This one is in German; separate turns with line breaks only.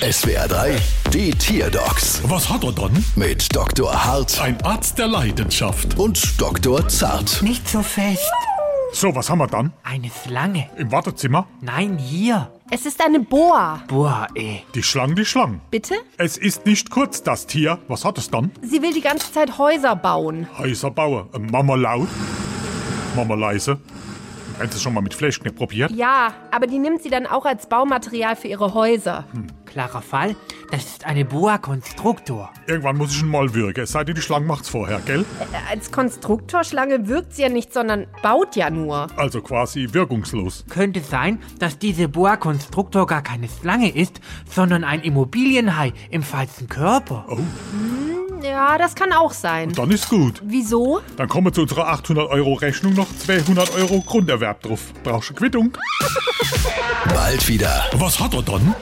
SWR 3, die Tierdocs
Was hat er dann?
mit Dr. Hart
Ein Arzt der Leidenschaft.
und Dr. Zart.
Nicht so fest.
So, was haben wir dann?
Eine Schlange.
Im Wartezimmer?
Nein, hier.
Es ist eine Boa.
Boah, ey.
Die Schlangen, die Schlangen.
Bitte?
Es ist nicht kurz, das Tier. Was hat es dann?
Sie will die ganze Zeit Häuser bauen.
Heißer Bauer. Äh, Mama laut. Mama leise. Hast du es schon mal mit Fleischknepp probiert?
Ja, aber die nimmt sie dann auch als Baumaterial für ihre Häuser.
Klarer Fall, das ist eine Boa Konstruktor.
Irgendwann muss ich ihn mal würgen. Es sei denn, die Schlange macht's vorher, gell?
Als Konstruktorschlange wirkt sie ja nicht, sondern baut ja nur.
Also quasi wirkungslos.
Könnte sein, dass diese Boa Konstruktor gar keine Schlange ist, sondern ein Immobilienhai im falschen Körper.
Ja, das kann auch sein.
Dann ist gut.
Wieso?
Dann kommen zu unserer 800 Euro Rechnung noch 200 Euro Grunderwerb drauf. Brauchst du Quittung?
Bald wieder.
Was hat er dann?